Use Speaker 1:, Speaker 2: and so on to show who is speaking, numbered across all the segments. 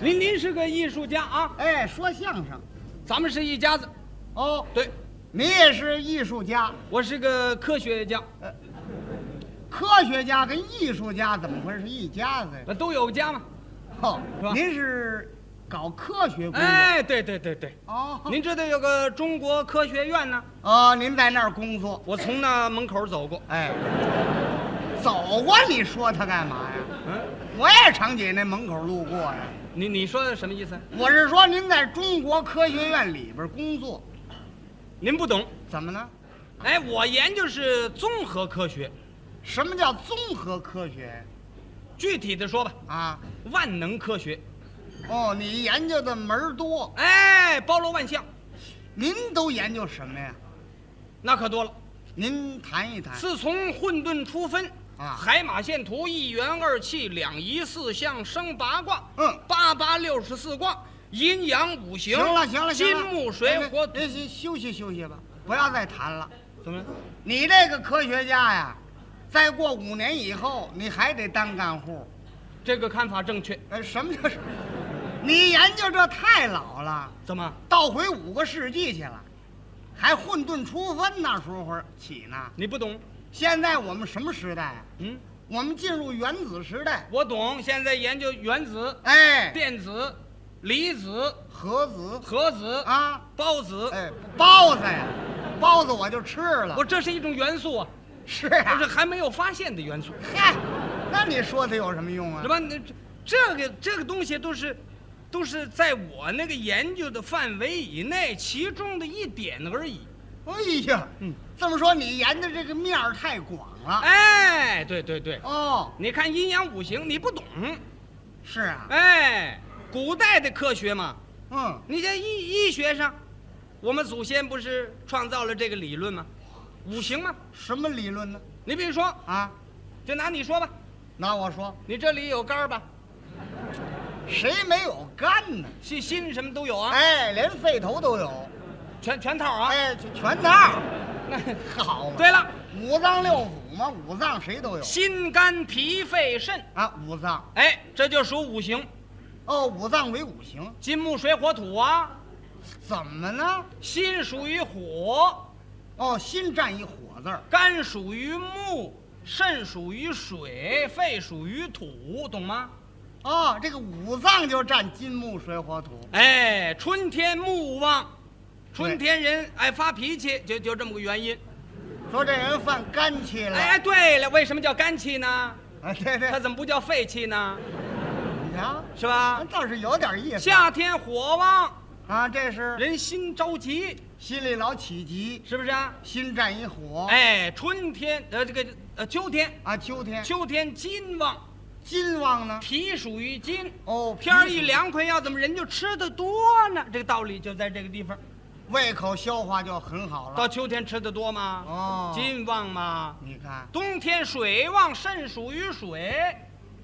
Speaker 1: 您您是个艺术家啊，
Speaker 2: 哎，说相声，
Speaker 1: 咱们是一家子。
Speaker 2: 哦，
Speaker 1: 对，
Speaker 2: 你也是艺术家，
Speaker 1: 我是个科学家，
Speaker 2: 科学家跟艺术家怎么会是一家子呀？
Speaker 1: 那都有家嘛。
Speaker 2: 哦
Speaker 1: 是吧，
Speaker 2: 您是搞科学工作？
Speaker 1: 哎，对对对对，
Speaker 2: 哦，
Speaker 1: 您知道有个中国科学院呢，
Speaker 2: 哦，您在那儿工作？
Speaker 1: 我从那门口走过。
Speaker 2: 哎，走过，你说他干嘛呀？
Speaker 1: 嗯，
Speaker 2: 我也常姐那门口路过呀。
Speaker 1: 你你说的什么意思？
Speaker 2: 我是说，您在中国科学院里边工作，
Speaker 1: 您不懂。
Speaker 2: 怎么呢？
Speaker 1: 哎，我研究是综合科学，
Speaker 2: 什么叫综合科学
Speaker 1: 具体的说吧，
Speaker 2: 啊？
Speaker 1: 万能科学，
Speaker 2: 哦，你研究的门儿多，
Speaker 1: 哎，包罗万象，
Speaker 2: 您都研究什么呀？
Speaker 1: 那可多了。
Speaker 2: 您谈一谈。
Speaker 1: 自从混沌初分
Speaker 2: 啊
Speaker 1: 海马线图一元二气两仪四象生八卦，
Speaker 2: 嗯
Speaker 1: 八八六十四卦，阴阳五行。
Speaker 2: 行了行了行
Speaker 1: 金
Speaker 2: 了，哎
Speaker 1: 木水火土。
Speaker 2: 您您休息休息吧，不要再谈了。
Speaker 1: 怎么了？
Speaker 2: 你这个科学家呀，再过五年以后，你还得当干户。
Speaker 1: 这个看法正确？
Speaker 2: 呃，什么叫是？你研究这太老了，
Speaker 1: 怎么？
Speaker 2: 倒回五个世纪去了，还混沌初分那时候起呢。
Speaker 1: 你不懂？
Speaker 2: 现在我们什么时代啊？
Speaker 1: 嗯，
Speaker 2: 我们进入原子时代。
Speaker 1: 我懂。现在研究原子、
Speaker 2: 哎，
Speaker 1: 电子、离子、
Speaker 2: 核子
Speaker 1: 核子、
Speaker 2: 啊，
Speaker 1: 孢子。
Speaker 2: 哎，包子呀，包子我就吃了。
Speaker 1: 我这是一种元素啊，
Speaker 2: 是
Speaker 1: 这
Speaker 2: 啊
Speaker 1: 是，还没有发现的元素。
Speaker 2: 嗨，那你说它有什么用啊
Speaker 1: 什？么？那这这个这个东西都是，都是在我那个研究的范围以内其中的一点而已。
Speaker 2: 哎呀，
Speaker 1: 嗯
Speaker 2: 这么说你研的这个面儿太广了。
Speaker 1: 哎，对对对，
Speaker 2: 哦，
Speaker 1: 你看阴阳五行，你不懂。
Speaker 2: 是啊，
Speaker 1: 哎，古代的科学嘛，
Speaker 2: 嗯，
Speaker 1: 你在医医学上，我们祖先不是创造了这个理论吗？五行嘛，
Speaker 2: 什么理论呢？
Speaker 1: 你比如说，
Speaker 2: 啊，
Speaker 1: 就拿你说吧，
Speaker 2: 那我说，
Speaker 1: 你这里有肝儿吧，
Speaker 2: 谁没有肝呢？
Speaker 1: 心心什么都有啊，
Speaker 2: 哎，连肺头都有，
Speaker 1: 全全套啊。
Speaker 2: 哎，全套，
Speaker 1: 那
Speaker 2: 好嘛。
Speaker 1: 对了，
Speaker 2: 五脏六腑嘛，五脏谁都有
Speaker 1: 心肝脾肺肾，
Speaker 2: 啊。五脏，
Speaker 1: 哎，这就属五行，
Speaker 2: 哦，五脏为五行，
Speaker 1: 金木水火土啊。
Speaker 2: 怎么呢？
Speaker 1: 心属于火，
Speaker 2: 哦，心占一火字儿，
Speaker 1: 肝属于木，肾属于水，肺属于土，懂吗？
Speaker 2: 哦，这个五脏就占金木水火土。
Speaker 1: 哎，春天木旺，春
Speaker 2: 对
Speaker 1: 天人爱发脾气，就就这么个原因。
Speaker 2: 说这人犯肝气了，
Speaker 1: 哎，对了，为什么叫肝气呢？
Speaker 2: 哎，对对
Speaker 1: 它，怎么不叫肺气呢？
Speaker 2: 你瞧，
Speaker 1: 是吧？
Speaker 2: 倒是有点意思
Speaker 1: 夏天火旺，
Speaker 2: 啊。这是
Speaker 1: 人心着急，
Speaker 2: 心里老起急，
Speaker 1: 是不是啊？
Speaker 2: 心占一火。
Speaker 1: 哎，春天呃这个呃秋天，
Speaker 2: 啊，秋天
Speaker 1: 秋天金旺，
Speaker 2: 金旺呢？
Speaker 1: 脾属于金，
Speaker 2: 哦，
Speaker 1: 天儿
Speaker 2: 脾
Speaker 1: 一
Speaker 2: 属，
Speaker 1: 凉快，要怎么人就吃的多呢？这个道理就在这个地方。
Speaker 2: 胃口消化就很好了
Speaker 1: 到。秋天吃的多吗？
Speaker 2: 啊哦，
Speaker 1: 金旺吗？
Speaker 2: 你看，
Speaker 1: 冬天水旺，肾属于水，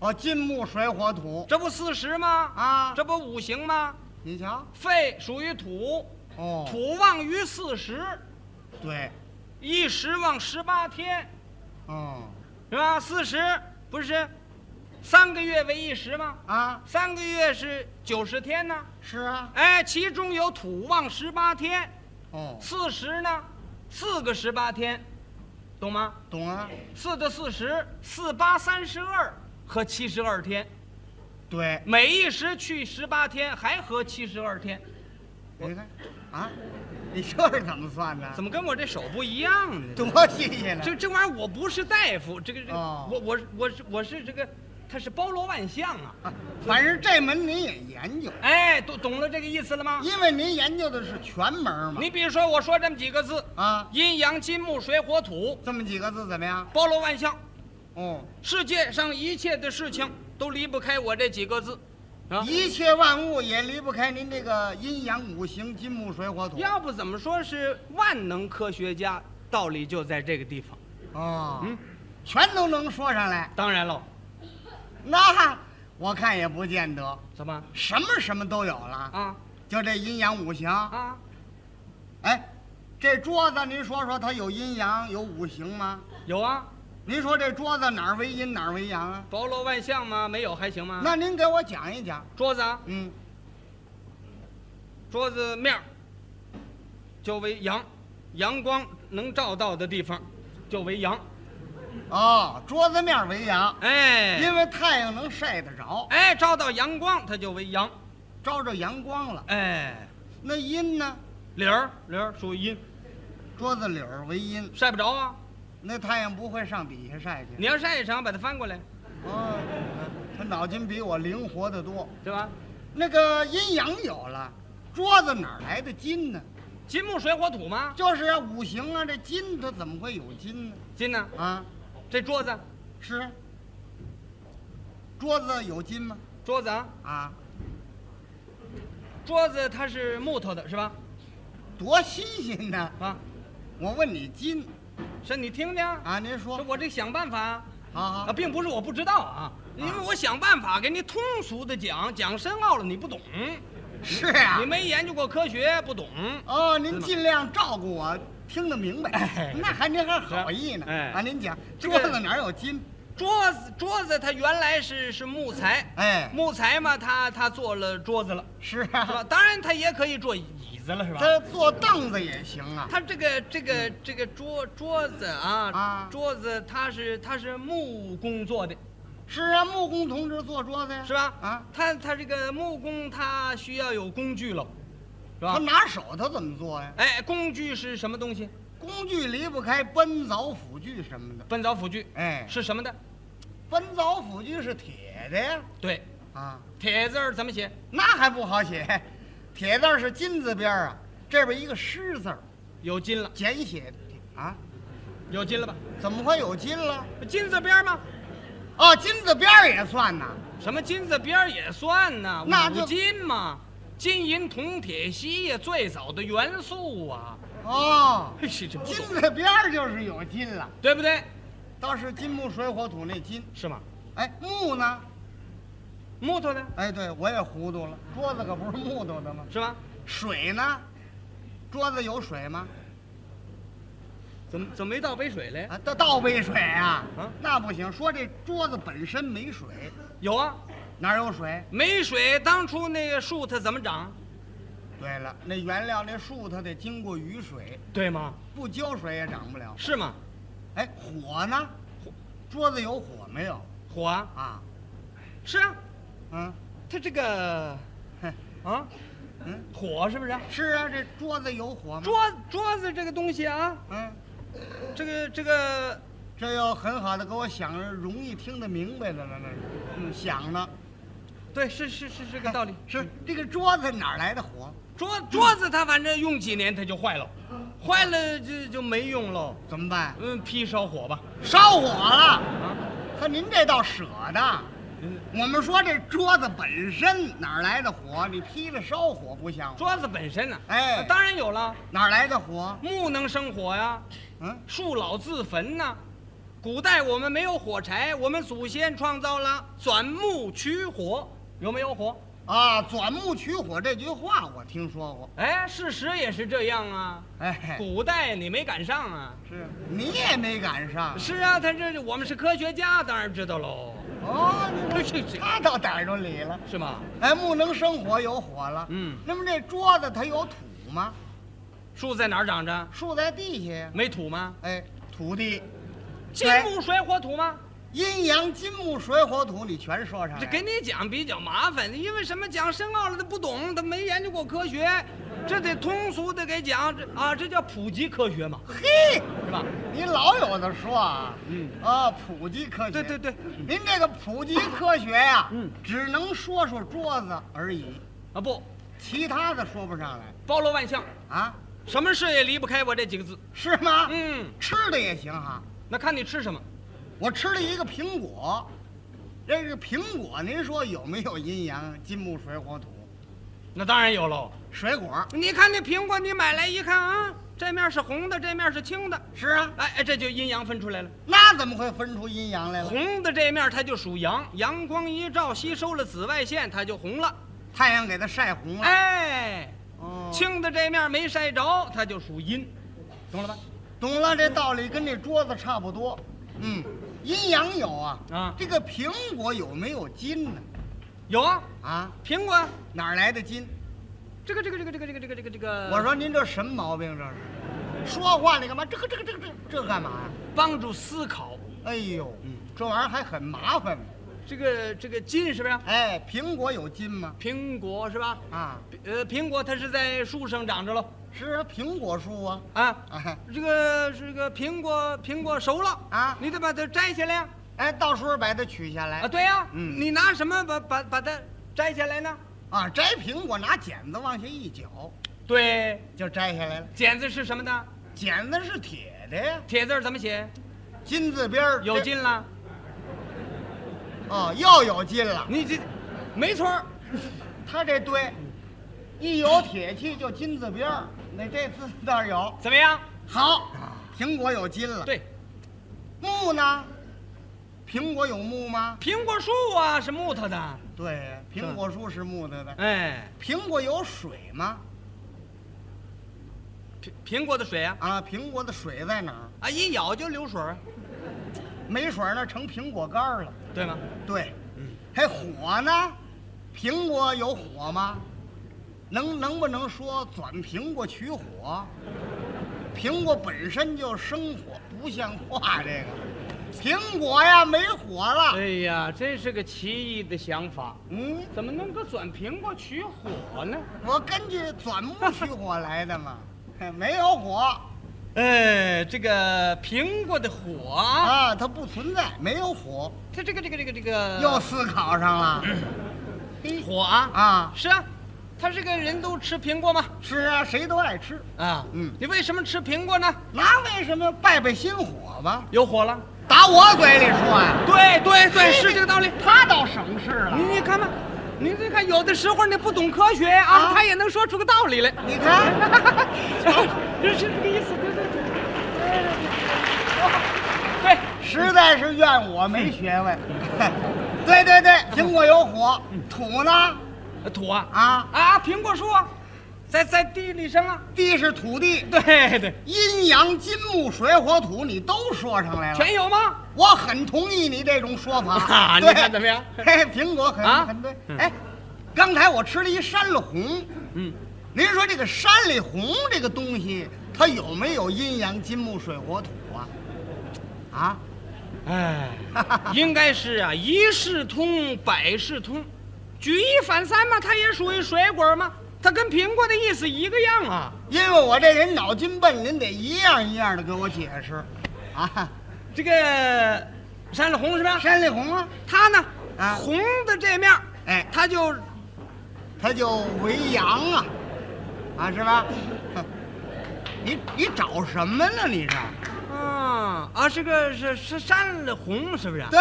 Speaker 2: 哦，金木水火土
Speaker 1: 这不四时吗？
Speaker 2: 啊，
Speaker 1: 这不五行吗？
Speaker 2: 你瞧，
Speaker 1: 肺属于土，
Speaker 2: 哦，
Speaker 1: 土旺于四时，
Speaker 2: 对，
Speaker 1: 一时旺十八天，
Speaker 2: 哦
Speaker 1: 是吧？四时不是三个月为一时吗？
Speaker 2: 啊，
Speaker 1: 三个月是九十天呢。
Speaker 2: 是啊，
Speaker 1: 哎，其中有土旺十八天，
Speaker 2: 哦，
Speaker 1: 四十呢，四个十八天，懂吗？
Speaker 2: 懂啊，
Speaker 1: 四的四十，四八三十二和七十二天，
Speaker 2: 对，
Speaker 1: 每一时去十八天，还合七十二天，
Speaker 2: 你看，啊，你这是怎么算的？
Speaker 1: 怎么跟我这手不一样呢？
Speaker 2: 多新鲜了
Speaker 1: 这这玩意儿我不是大夫，这个这个
Speaker 2: 哦
Speaker 1: 我我是我是我是这个，它是包罗万象啊！
Speaker 2: 啊！反正这门您也研究，
Speaker 1: 哎，懂懂了这个意思了吗？
Speaker 2: 因为您研究的是全门嘛。
Speaker 1: 你比如说，我说这么几个字：
Speaker 2: 啊，
Speaker 1: 阴阳金木水火土，
Speaker 2: 这么几个字怎么样？
Speaker 1: 包罗万象。
Speaker 2: 哦，
Speaker 1: 世界上一切的事情都离不开我这几个字，啊，
Speaker 2: 一切万物也离不开您这个阴阳五行金木水火土。
Speaker 1: 要不怎么说是万能科学家？道理就在这个地方。
Speaker 2: 哦，
Speaker 1: 嗯，
Speaker 2: 全都能说上来，
Speaker 1: 当然喽，
Speaker 2: 那我看也不见得，
Speaker 1: 怎么
Speaker 2: 什么什么都有了，
Speaker 1: 啊
Speaker 2: 就这阴阳五行。
Speaker 1: 啊？
Speaker 2: 哎，这桌子您说说它有阴阳有五行吗？
Speaker 1: 有啊，
Speaker 2: 您说这桌子哪儿为阴哪儿为阳啊？
Speaker 1: 包罗万象吗？没有还行吗？
Speaker 2: 那您给我讲一讲。
Speaker 1: 桌子啊，
Speaker 2: 嗯，
Speaker 1: 桌子面儿就为阳，阳光能照到的地方就为阳。
Speaker 2: 哦，桌子面为阳，
Speaker 1: 哎
Speaker 2: 因为太阳能晒得着，
Speaker 1: 哎，照到阳光它就为阳。
Speaker 2: 照着阳光了。
Speaker 1: 哎，
Speaker 2: 那阴呢？
Speaker 1: 理儿理儿属阴，
Speaker 2: 桌子里儿为阴，
Speaker 1: 晒不着啊。
Speaker 2: 那太阳不会上底下晒去。
Speaker 1: 你要晒一场，把它翻过来，
Speaker 2: 哦，他脑筋比我灵活得多。
Speaker 1: 对吧？
Speaker 2: 那个阴阳有了，桌子哪儿来的金呢？
Speaker 1: 金木水火土吗？
Speaker 2: 就是啊，五行啊，这金它怎么会有金呢？
Speaker 1: 金呢？
Speaker 2: 啊，
Speaker 1: 这桌子，
Speaker 2: 是啊。桌子有金吗？
Speaker 1: 桌子啊，
Speaker 2: 啊，
Speaker 1: 桌子它是木头的，是吧？
Speaker 2: 多新鲜呢！
Speaker 1: 啊，
Speaker 2: 我问你金
Speaker 1: 是你听听啊，
Speaker 2: 啊，您
Speaker 1: 这
Speaker 2: 说，
Speaker 1: 我这想办法啊，
Speaker 2: 好好
Speaker 1: 啊，并不是我不知道啊，因为我想办法给你通俗的讲，讲深奥了你不懂，
Speaker 2: 是啊
Speaker 1: 你，没研究过科学，不懂。
Speaker 2: 哦，您尽量照顾我，听得明白
Speaker 1: 哎，
Speaker 2: 那还您还好意呢。
Speaker 1: 哎
Speaker 2: 啊，您讲
Speaker 1: 这
Speaker 2: 桌
Speaker 1: 个
Speaker 2: 子哪儿有金？
Speaker 1: 桌子桌子它原来是是木材，
Speaker 2: 哎，
Speaker 1: 木材嘛，它它做了桌子了，
Speaker 2: 是
Speaker 1: 是吧？
Speaker 2: 啊，
Speaker 1: 当然它也可以做椅子了，是吧？
Speaker 2: 这坐凳子也行啊。
Speaker 1: 它这个这个这个桌桌子啊，
Speaker 2: 啊
Speaker 1: 桌子它是它是木工做的，
Speaker 2: 是啊，木工同志坐桌子呀，
Speaker 1: 是吧？
Speaker 2: 啊，
Speaker 1: 它它这个木工它需要有工具喽，是
Speaker 2: 他
Speaker 1: 吧？
Speaker 2: 拿手他怎么做呀？
Speaker 1: 哎，工具是什么东西？
Speaker 2: 工具离不开奔凿、斧锯什么的。
Speaker 1: 奔凿斧锯
Speaker 2: 哎，
Speaker 1: 是什么的？
Speaker 2: 奔凿、斧锯是铁的呀。
Speaker 1: 对，
Speaker 2: 啊，
Speaker 1: 铁字儿怎么写？
Speaker 2: 那还不好写， 铁字儿是金字边儿啊，这边一个狮字儿，
Speaker 1: 有金了，
Speaker 2: 简写的啊，
Speaker 1: 有金了吧？
Speaker 2: 怎么会有金了？
Speaker 1: 金字边儿吗？
Speaker 2: 哦，金字边儿也算呐。
Speaker 1: 什么金字边儿也算呐？
Speaker 2: 那
Speaker 1: 五
Speaker 2: 就
Speaker 1: 金嘛，金银铜铁锡呀，最早的元素啊，
Speaker 2: 哦，
Speaker 1: 嘿这不
Speaker 2: 金
Speaker 1: 懂，
Speaker 2: 字边儿就是有金了，
Speaker 1: 对不对？
Speaker 2: 倒是金木水火土那金。
Speaker 1: 是吗？
Speaker 2: 哎，木呢？
Speaker 1: 木头的
Speaker 2: 哎，对，我也糊涂了，桌子可不是木头的吗？
Speaker 1: 是吗？
Speaker 2: 水呢？桌子有水吗？
Speaker 1: 怎么怎么没倒杯水嘞？
Speaker 2: 啊，倒倒杯水啊？
Speaker 1: 啊
Speaker 2: 那不行，说这桌子本身没水，
Speaker 1: 有啊，
Speaker 2: 哪有水？
Speaker 1: 没水，当初那个树它怎么长？
Speaker 2: 对了，那原料那树它得经过雨水，
Speaker 1: 对吗？
Speaker 2: 不浇水也长不了。
Speaker 1: 是吗？
Speaker 2: 哎，火呢？桌子有火没有？
Speaker 1: 火啊，
Speaker 2: 啊，
Speaker 1: 是啊，
Speaker 2: 嗯，
Speaker 1: 它这个
Speaker 2: 哼
Speaker 1: 啊，
Speaker 2: 嗯，
Speaker 1: 火是不是？
Speaker 2: 是啊，这桌子有火吗？
Speaker 1: 桌桌子这个东西啊，
Speaker 2: 嗯，
Speaker 1: 这个这个
Speaker 2: 这要很好的给我想着，容易听得明白了呢，那是，嗯，想呢，
Speaker 1: 对，是是是是个道理。
Speaker 2: 啊是这个桌子哪儿来的火？
Speaker 1: 桌桌子它反正用几年它就坏了，坏了就就没用喽。
Speaker 2: 怎么办？
Speaker 1: 嗯，劈烧火吧。
Speaker 2: 烧火了。
Speaker 1: 啊，
Speaker 2: 和您这倒舍得。
Speaker 1: 嗯
Speaker 2: 我们说这桌子本身哪儿来的火？你劈了烧火不像话。
Speaker 1: 桌子本身呢、
Speaker 2: 哎
Speaker 1: 当然有了，
Speaker 2: 哪儿来的火？
Speaker 1: 木能生火呀、
Speaker 2: 嗯，
Speaker 1: 树老自焚呐、古代我们没有火柴，我们祖先创造了钻木取火，有没有火？
Speaker 2: 啊，钻木取火这句话我听说过。
Speaker 1: 哎，事实也是这样啊。
Speaker 2: 哎，
Speaker 1: 古代你没赶上啊。
Speaker 2: 是你也没赶上。
Speaker 1: 是啊，他这我们是科学家，当然知道喽，
Speaker 2: 哦，你
Speaker 1: 是
Speaker 2: 说
Speaker 1: 是
Speaker 2: 他倒逮着理了。
Speaker 1: 是吗？
Speaker 2: 哎，木能生火，有火了。
Speaker 1: 嗯
Speaker 2: 那么这桌子它有土吗？
Speaker 1: 树在哪儿长着？
Speaker 2: 树在地下呀。
Speaker 1: 没土吗？
Speaker 2: 哎，土地，
Speaker 1: 金木水火土吗？
Speaker 2: 阴阳金木水火土，你全说上来
Speaker 1: 这
Speaker 2: 了。
Speaker 1: 给你讲比较麻烦，因为什么讲深奥了他不懂，他没研究过科学，这得通俗的给讲，这啊这叫普及科学嘛，
Speaker 2: 嘿。
Speaker 1: 是吧？
Speaker 2: 你老有的说啊，
Speaker 1: 嗯
Speaker 2: 啊，普及科学，嗯
Speaker 1: 对对对，
Speaker 2: 您这个普及科学呀、
Speaker 1: 嗯
Speaker 2: 只能说说桌子而已，
Speaker 1: 啊不，
Speaker 2: 其他的说不上来
Speaker 1: 包罗万象，
Speaker 2: 啊，
Speaker 1: 什么事也离不开我这几个字。
Speaker 2: 是吗？
Speaker 1: 嗯，
Speaker 2: 吃的也行哈，
Speaker 1: 那看你吃什么。
Speaker 2: 我吃了一个苹果，这个苹果您说有没有阴阳金木水火土？
Speaker 1: 那当然有喽。
Speaker 2: 水果
Speaker 1: 你看那苹果，你买来一看啊，这面是红的，这面是青的，
Speaker 2: 是啊，
Speaker 1: 哎哎，这就阴阳分出来了。
Speaker 2: 那怎么会分出阴阳来了？
Speaker 1: 红的这面它就属阳，阳光一照，吸收了紫外线，它就红了。
Speaker 2: 太阳给它晒红了，
Speaker 1: 哎，
Speaker 2: 哦，
Speaker 1: 青的这面没晒着，它就属阴，懂了吧？
Speaker 2: 懂了，这道理跟这桌子差不多，嗯，阴阳有啊。
Speaker 1: 啊
Speaker 2: 这个苹果有没有金呢？
Speaker 1: 有啊，
Speaker 2: 啊，
Speaker 1: 苹果，
Speaker 2: 哪儿来的金？
Speaker 1: 这个这个这个这个这个这个这个这个，
Speaker 2: 我说您这什么毛病这是？说话你干嘛？这个这个这个这个这干嘛呀？
Speaker 1: 帮助思考，
Speaker 2: 哎呦，
Speaker 1: 嗯
Speaker 2: 这玩意儿还很麻烦呢。
Speaker 1: 这个这个金是不是？
Speaker 2: 哎，苹果有金吗？
Speaker 1: 苹果是吧？
Speaker 2: 啊，
Speaker 1: 呃，苹果它是在树上长着喽，
Speaker 2: 是啊苹果树啊。
Speaker 1: 啊，
Speaker 2: 啊
Speaker 1: 这个这个苹果苹果熟了
Speaker 2: 啊
Speaker 1: 你得把它摘下来呀、
Speaker 2: 哎，到时候把它取下
Speaker 1: 啊，
Speaker 2: 来
Speaker 1: 对呀、
Speaker 2: 嗯
Speaker 1: 你拿什么把把把它摘下来呢？
Speaker 2: 啊！摘苹果拿剪子往下一绞，
Speaker 1: 对，
Speaker 2: 就摘下来了。
Speaker 1: 剪子是什么呢？
Speaker 2: 剪子是铁的呀，
Speaker 1: 铁字儿怎么写？
Speaker 2: 金字边儿
Speaker 1: 有
Speaker 2: 这
Speaker 1: 劲了，
Speaker 2: 哦，又有金了。
Speaker 1: 你这，没错儿，
Speaker 2: 他这对，一有铁器就金字边儿，那这字倒是有。
Speaker 1: 怎么样？
Speaker 2: 好，苹果有金了。，
Speaker 1: 对，
Speaker 2: 木呢？苹果有木吗？
Speaker 1: 苹果树啊是木头的，
Speaker 2: 对，苹果树是木头的。
Speaker 1: 哎，
Speaker 2: 苹果有水吗？
Speaker 1: 苹苹果的水啊，
Speaker 2: 啊，苹果的水在哪儿？
Speaker 1: 啊一咬就流水儿，啊
Speaker 2: 没水儿那成苹果干儿了。
Speaker 1: 对吗？
Speaker 2: 对，
Speaker 1: 嗯
Speaker 2: 还火呢？苹果有火吗？能能不能说转苹果取火？苹果本身就生火，不像话这个。苹果呀，没火了。
Speaker 1: 哎呀，真是个奇异的想法，
Speaker 2: 嗯，
Speaker 1: 怎么能够转苹果取火呢？
Speaker 2: 我根据转木取火来的嘛，没有火
Speaker 1: 啊呃，这个苹果的火啊，
Speaker 2: 啊，它不存在，没有火，
Speaker 1: 它这个这个这个这个
Speaker 2: 又思考上了。嘿
Speaker 1: 嗯火啊
Speaker 2: 啊，
Speaker 1: 是啊，他这个人都吃苹果嘛
Speaker 2: 是啊，谁都爱吃，
Speaker 1: 啊，
Speaker 2: 嗯
Speaker 1: 你为什么吃苹果呢？
Speaker 2: 那为什么败败心火吧？
Speaker 1: 有火了，
Speaker 2: 打我嘴里说呀、
Speaker 1: 对对对，是这个道理。
Speaker 2: 他倒省事
Speaker 1: 你
Speaker 2: 了。
Speaker 1: 你看吧，你这看有的时候你不懂科学啊，
Speaker 2: 啊
Speaker 1: 他也能说出个道理来，
Speaker 2: 你看，
Speaker 1: 这是这个意思，对对对，对，
Speaker 2: 实在是怨我没学问。 对对对，苹果有火，土呢？
Speaker 1: 呃土啊
Speaker 2: 啊，
Speaker 1: 啊，苹果树啊，在在地里生啊，
Speaker 2: 地是土地，
Speaker 1: 对对，
Speaker 2: 阴阳金木水火土，你都说上来了。
Speaker 1: 全有吗？
Speaker 2: 我很同意你这种说法。
Speaker 1: 啊你
Speaker 2: 对
Speaker 1: 看怎么样
Speaker 2: 嘿，苹果很、
Speaker 1: 啊
Speaker 2: 很对。
Speaker 1: 嗯
Speaker 2: 哎，刚才我吃了一山里红，
Speaker 1: 嗯，
Speaker 2: 您说这个山里红这个东西，它有没有阴阳金木水火土啊？啊？
Speaker 1: 哎，应该是啊，一视通，百视通，举一反三嘛，它也属于水果嘛，它跟苹果的意思一个样啊。
Speaker 2: 因为我这人脑筋笨，您得一样一样的给我解释，啊，
Speaker 1: 这个山里红是吧？
Speaker 2: 山里红啊，
Speaker 1: 它呢，
Speaker 2: 啊
Speaker 1: 红的这面儿，
Speaker 2: 哎
Speaker 1: 它就
Speaker 2: 它就为阳啊，啊是吧？ 哼你你找什么呢？你是？
Speaker 1: 啊啊，这个是是山里红是不是啊？
Speaker 2: 对，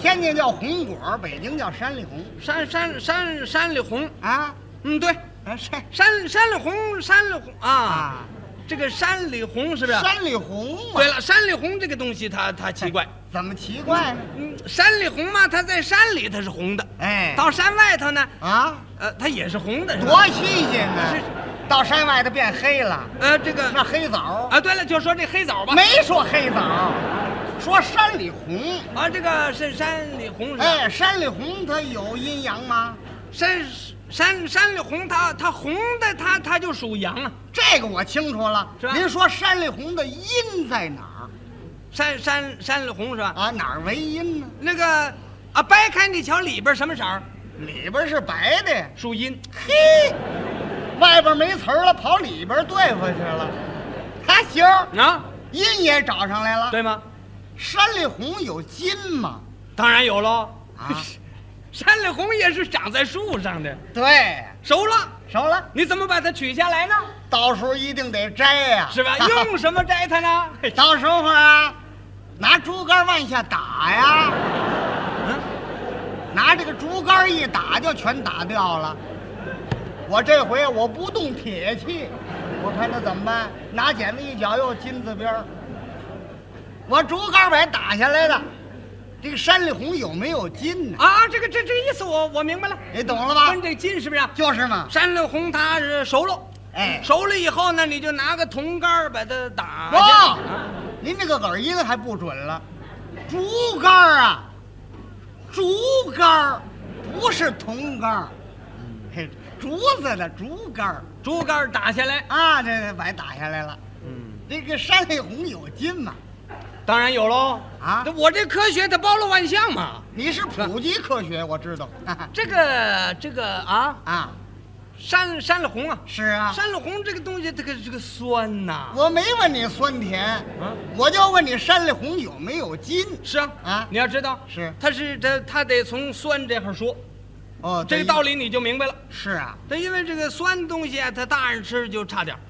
Speaker 2: 天津叫红果，北京叫山里红
Speaker 1: 山山山山里红，
Speaker 2: 啊，
Speaker 1: 嗯，对，
Speaker 2: 啊山
Speaker 1: 山山里红，山里红啊，
Speaker 2: 啊，
Speaker 1: 这个山里红是不是啊？
Speaker 2: 山里红嘛
Speaker 1: 对，了，山里红这个东西它它奇怪。
Speaker 2: 怎么奇怪呢？
Speaker 1: 嗯，山里红嘛，它在山里它是红的，
Speaker 2: 哎，
Speaker 1: 到山外头呢，
Speaker 2: 啊，
Speaker 1: 呃，它也是红的，是吧
Speaker 2: 多新鲜
Speaker 1: 是
Speaker 2: 呢！到山外头变黑了，
Speaker 1: 呃，这个
Speaker 2: 那黑枣
Speaker 1: 啊，对了，就说这黑枣吧，
Speaker 2: 没说黑枣，说山里红。
Speaker 1: 啊，这个是山里红是吧，啊
Speaker 2: 哎，山里红它有阴阳吗？
Speaker 1: 山山山里红它它红的它它就属阳啊，
Speaker 2: 这个我清楚了
Speaker 1: 是吧。啊
Speaker 2: 您说山里红的阴在哪
Speaker 1: 山山山里红是吧
Speaker 2: 儿？啊？哪儿为阴呢？
Speaker 1: 那个啊，掰开你瞧里边什么色儿？
Speaker 2: 里边是白的，
Speaker 1: 属阴，
Speaker 2: 嘿，外边没词儿了，跑里边对付去了。还行，
Speaker 1: 啊，
Speaker 2: 阴也找上来了。
Speaker 1: 对吗？
Speaker 2: 山里红有金吗？
Speaker 1: 当然有喽，
Speaker 2: 啊
Speaker 1: 山里红也是长在树上的，
Speaker 2: 对，
Speaker 1: 熟了，
Speaker 2: 熟了，
Speaker 1: 你怎么把它取下来呢？
Speaker 2: 到时候一定得摘呀、
Speaker 1: 是吧？ 用什么摘它呢？嘿
Speaker 2: 到时候啊，拿竹竿往下打呀。
Speaker 1: 嗯
Speaker 2: 拿这个竹竿一打就全打掉了。我这回我不动铁器，我看他怎么办？拿剪子一绞，又金字边儿。我竹竿把它打下来的，这个山里红有没有金呢？
Speaker 1: 啊，这个这这个意思我我明白了，
Speaker 2: 你懂了吧
Speaker 1: 跟？这金是不是啊？
Speaker 2: 就是嘛。
Speaker 1: 山里红它是熟了，
Speaker 2: 哎，
Speaker 1: 熟了以后呢，你就拿个铜杆儿把它打
Speaker 2: 哇
Speaker 1: 下去啊，
Speaker 2: 您这个耳音还不准了。竹竿儿啊，竹竿儿不是铜竿儿，嘿竹子的竹竿儿
Speaker 1: 竹竿打下来。
Speaker 2: 啊，这这把打下来了。
Speaker 1: 嗯，
Speaker 2: 这个山里红有金嘛？
Speaker 1: 当然有喽。
Speaker 2: 啊
Speaker 1: 这，我这科学它包罗万象嘛。
Speaker 2: 你是
Speaker 1: 啊
Speaker 2: 普及科学，我知道。
Speaker 1: 这个这个啊，
Speaker 2: 啊，
Speaker 1: 山山里红啊，
Speaker 2: 是啊，
Speaker 1: 山里红这个东西，这个这个酸呐、
Speaker 2: 我没问你酸甜，
Speaker 1: 啊
Speaker 2: 我就问你山里红有没有金？
Speaker 1: 是啊，
Speaker 2: 啊
Speaker 1: 你要知道，
Speaker 2: 是
Speaker 1: 它是它它得从酸这块说，
Speaker 2: 哦，
Speaker 1: 这个
Speaker 2: 对
Speaker 1: 道理你就明白了。
Speaker 2: 是啊，
Speaker 1: 它哎因为这个酸东西啊，它大人吃就差点儿，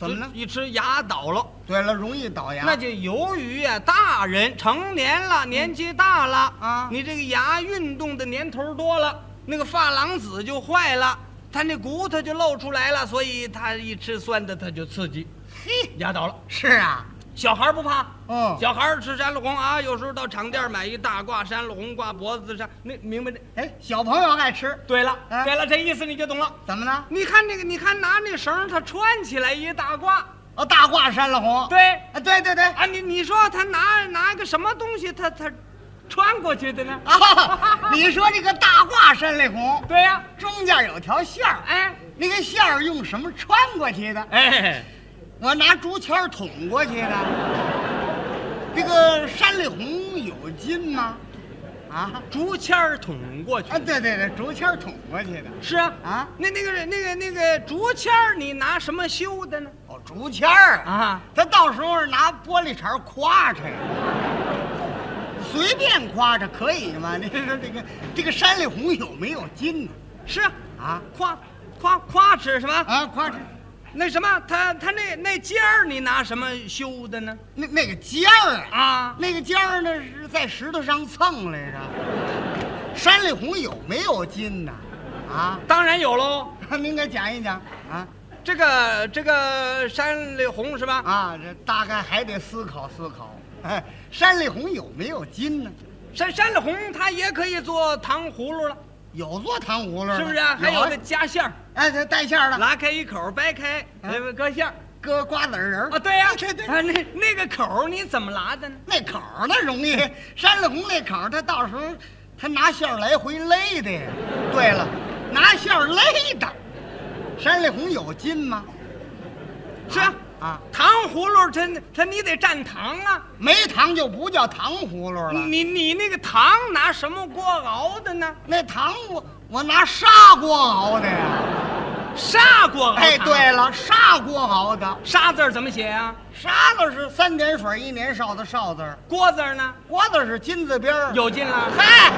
Speaker 2: 怎么了
Speaker 1: 就一吃牙倒了。
Speaker 2: 对了，容易倒牙。
Speaker 1: 那就由于啊，大人成年了，年纪大了
Speaker 2: 啊
Speaker 1: 你这个牙运动的年头多了，那个珐琅质就坏了，他那骨头就露出来了，所以他一吃酸的他就刺激，
Speaker 2: 嘿，
Speaker 1: 牙倒了。
Speaker 2: 是啊，
Speaker 1: 小孩不怕，
Speaker 2: 嗯，
Speaker 1: 小孩吃山里红啊，有时候到厂店买一大挂山里红挂脖子上，那明白这？
Speaker 2: 哎，小朋友爱吃，
Speaker 1: 对了，
Speaker 2: 啊
Speaker 1: 对了，这意思你就懂了。
Speaker 2: 怎么了？
Speaker 1: 你看这个，你看拿那绳儿它穿起来一大挂，
Speaker 2: 哦，大褂山里红。
Speaker 1: 对
Speaker 2: 啊，对对对，
Speaker 1: 啊，你你说他拿拿个什么东西，他他穿过去的呢？
Speaker 2: 啊， 你说这个大褂山里红，
Speaker 1: 对呀、
Speaker 2: 中间有条线儿，
Speaker 1: 哎
Speaker 2: 那个线儿用什么穿过去的？
Speaker 1: 哎，
Speaker 2: 我拿竹签儿捅过去的。这个山里红有筋吗？啊
Speaker 1: 竹签儿捅过去。
Speaker 2: 啊，对对对，竹签儿捅过去的。
Speaker 1: 是啊
Speaker 2: 啊
Speaker 1: 那那个那个那个竹签儿，你拿什么修的呢？
Speaker 2: 哦，竹签儿啊，
Speaker 1: 啊，
Speaker 2: 他到时候拿玻璃碴夸着呀，随便夸着可以吗？ 你说这个这个山里红有没有筋呢？
Speaker 1: 是啊，
Speaker 2: 啊
Speaker 1: 夸夸夸齿什么？
Speaker 2: 啊，夸着。
Speaker 1: 那什么，他他那那尖儿，你拿什么修的呢？
Speaker 2: 那那个尖儿啊，
Speaker 1: 啊，
Speaker 2: 那个尖儿呢是在石头上蹭来着。山里红有没有筋呢？啊，
Speaker 1: 当然有喽。
Speaker 2: 您给讲一讲啊
Speaker 1: 这个这个山里红是吧？
Speaker 2: 啊，这大概还得思考思考。 哎，山里红有没有筋呢？
Speaker 1: 山山里红它也可以做糖葫芦了，
Speaker 2: 有做糖葫芦的
Speaker 1: 是不是、啊？还有
Speaker 2: 啊
Speaker 1: 的夹馅儿，
Speaker 2: 哎，这带馅儿的，
Speaker 1: 拉开一口，掰开，呃搁馅儿。
Speaker 2: 搁瓜子仁儿哎
Speaker 1: 啊，对呀、
Speaker 2: 嗯对对，
Speaker 1: 啊，那那个口儿你怎么拉的呢？
Speaker 2: 那口儿那容易，山里红那口儿，他到时候他拿馅儿来回勒的呀。对了，拿馅儿勒的，山里红有筋吗？
Speaker 1: 是啊，
Speaker 2: 啊，
Speaker 1: 糖葫芦它它你得蘸糖啊，
Speaker 2: 没糖就不叫糖葫芦了。
Speaker 1: 你你那个糖拿什么锅熬的呢？
Speaker 2: 那糖我我拿砂锅熬的呀。
Speaker 1: 哦砂锅熬。
Speaker 2: 哎，对，了，砂锅熬的，
Speaker 1: 砂字儿怎么写啊？
Speaker 2: 砂子是三点水一年少的少字儿，
Speaker 1: 锅字儿呢？
Speaker 2: 锅子是金字边儿。
Speaker 1: 有劲了。
Speaker 2: 嗨，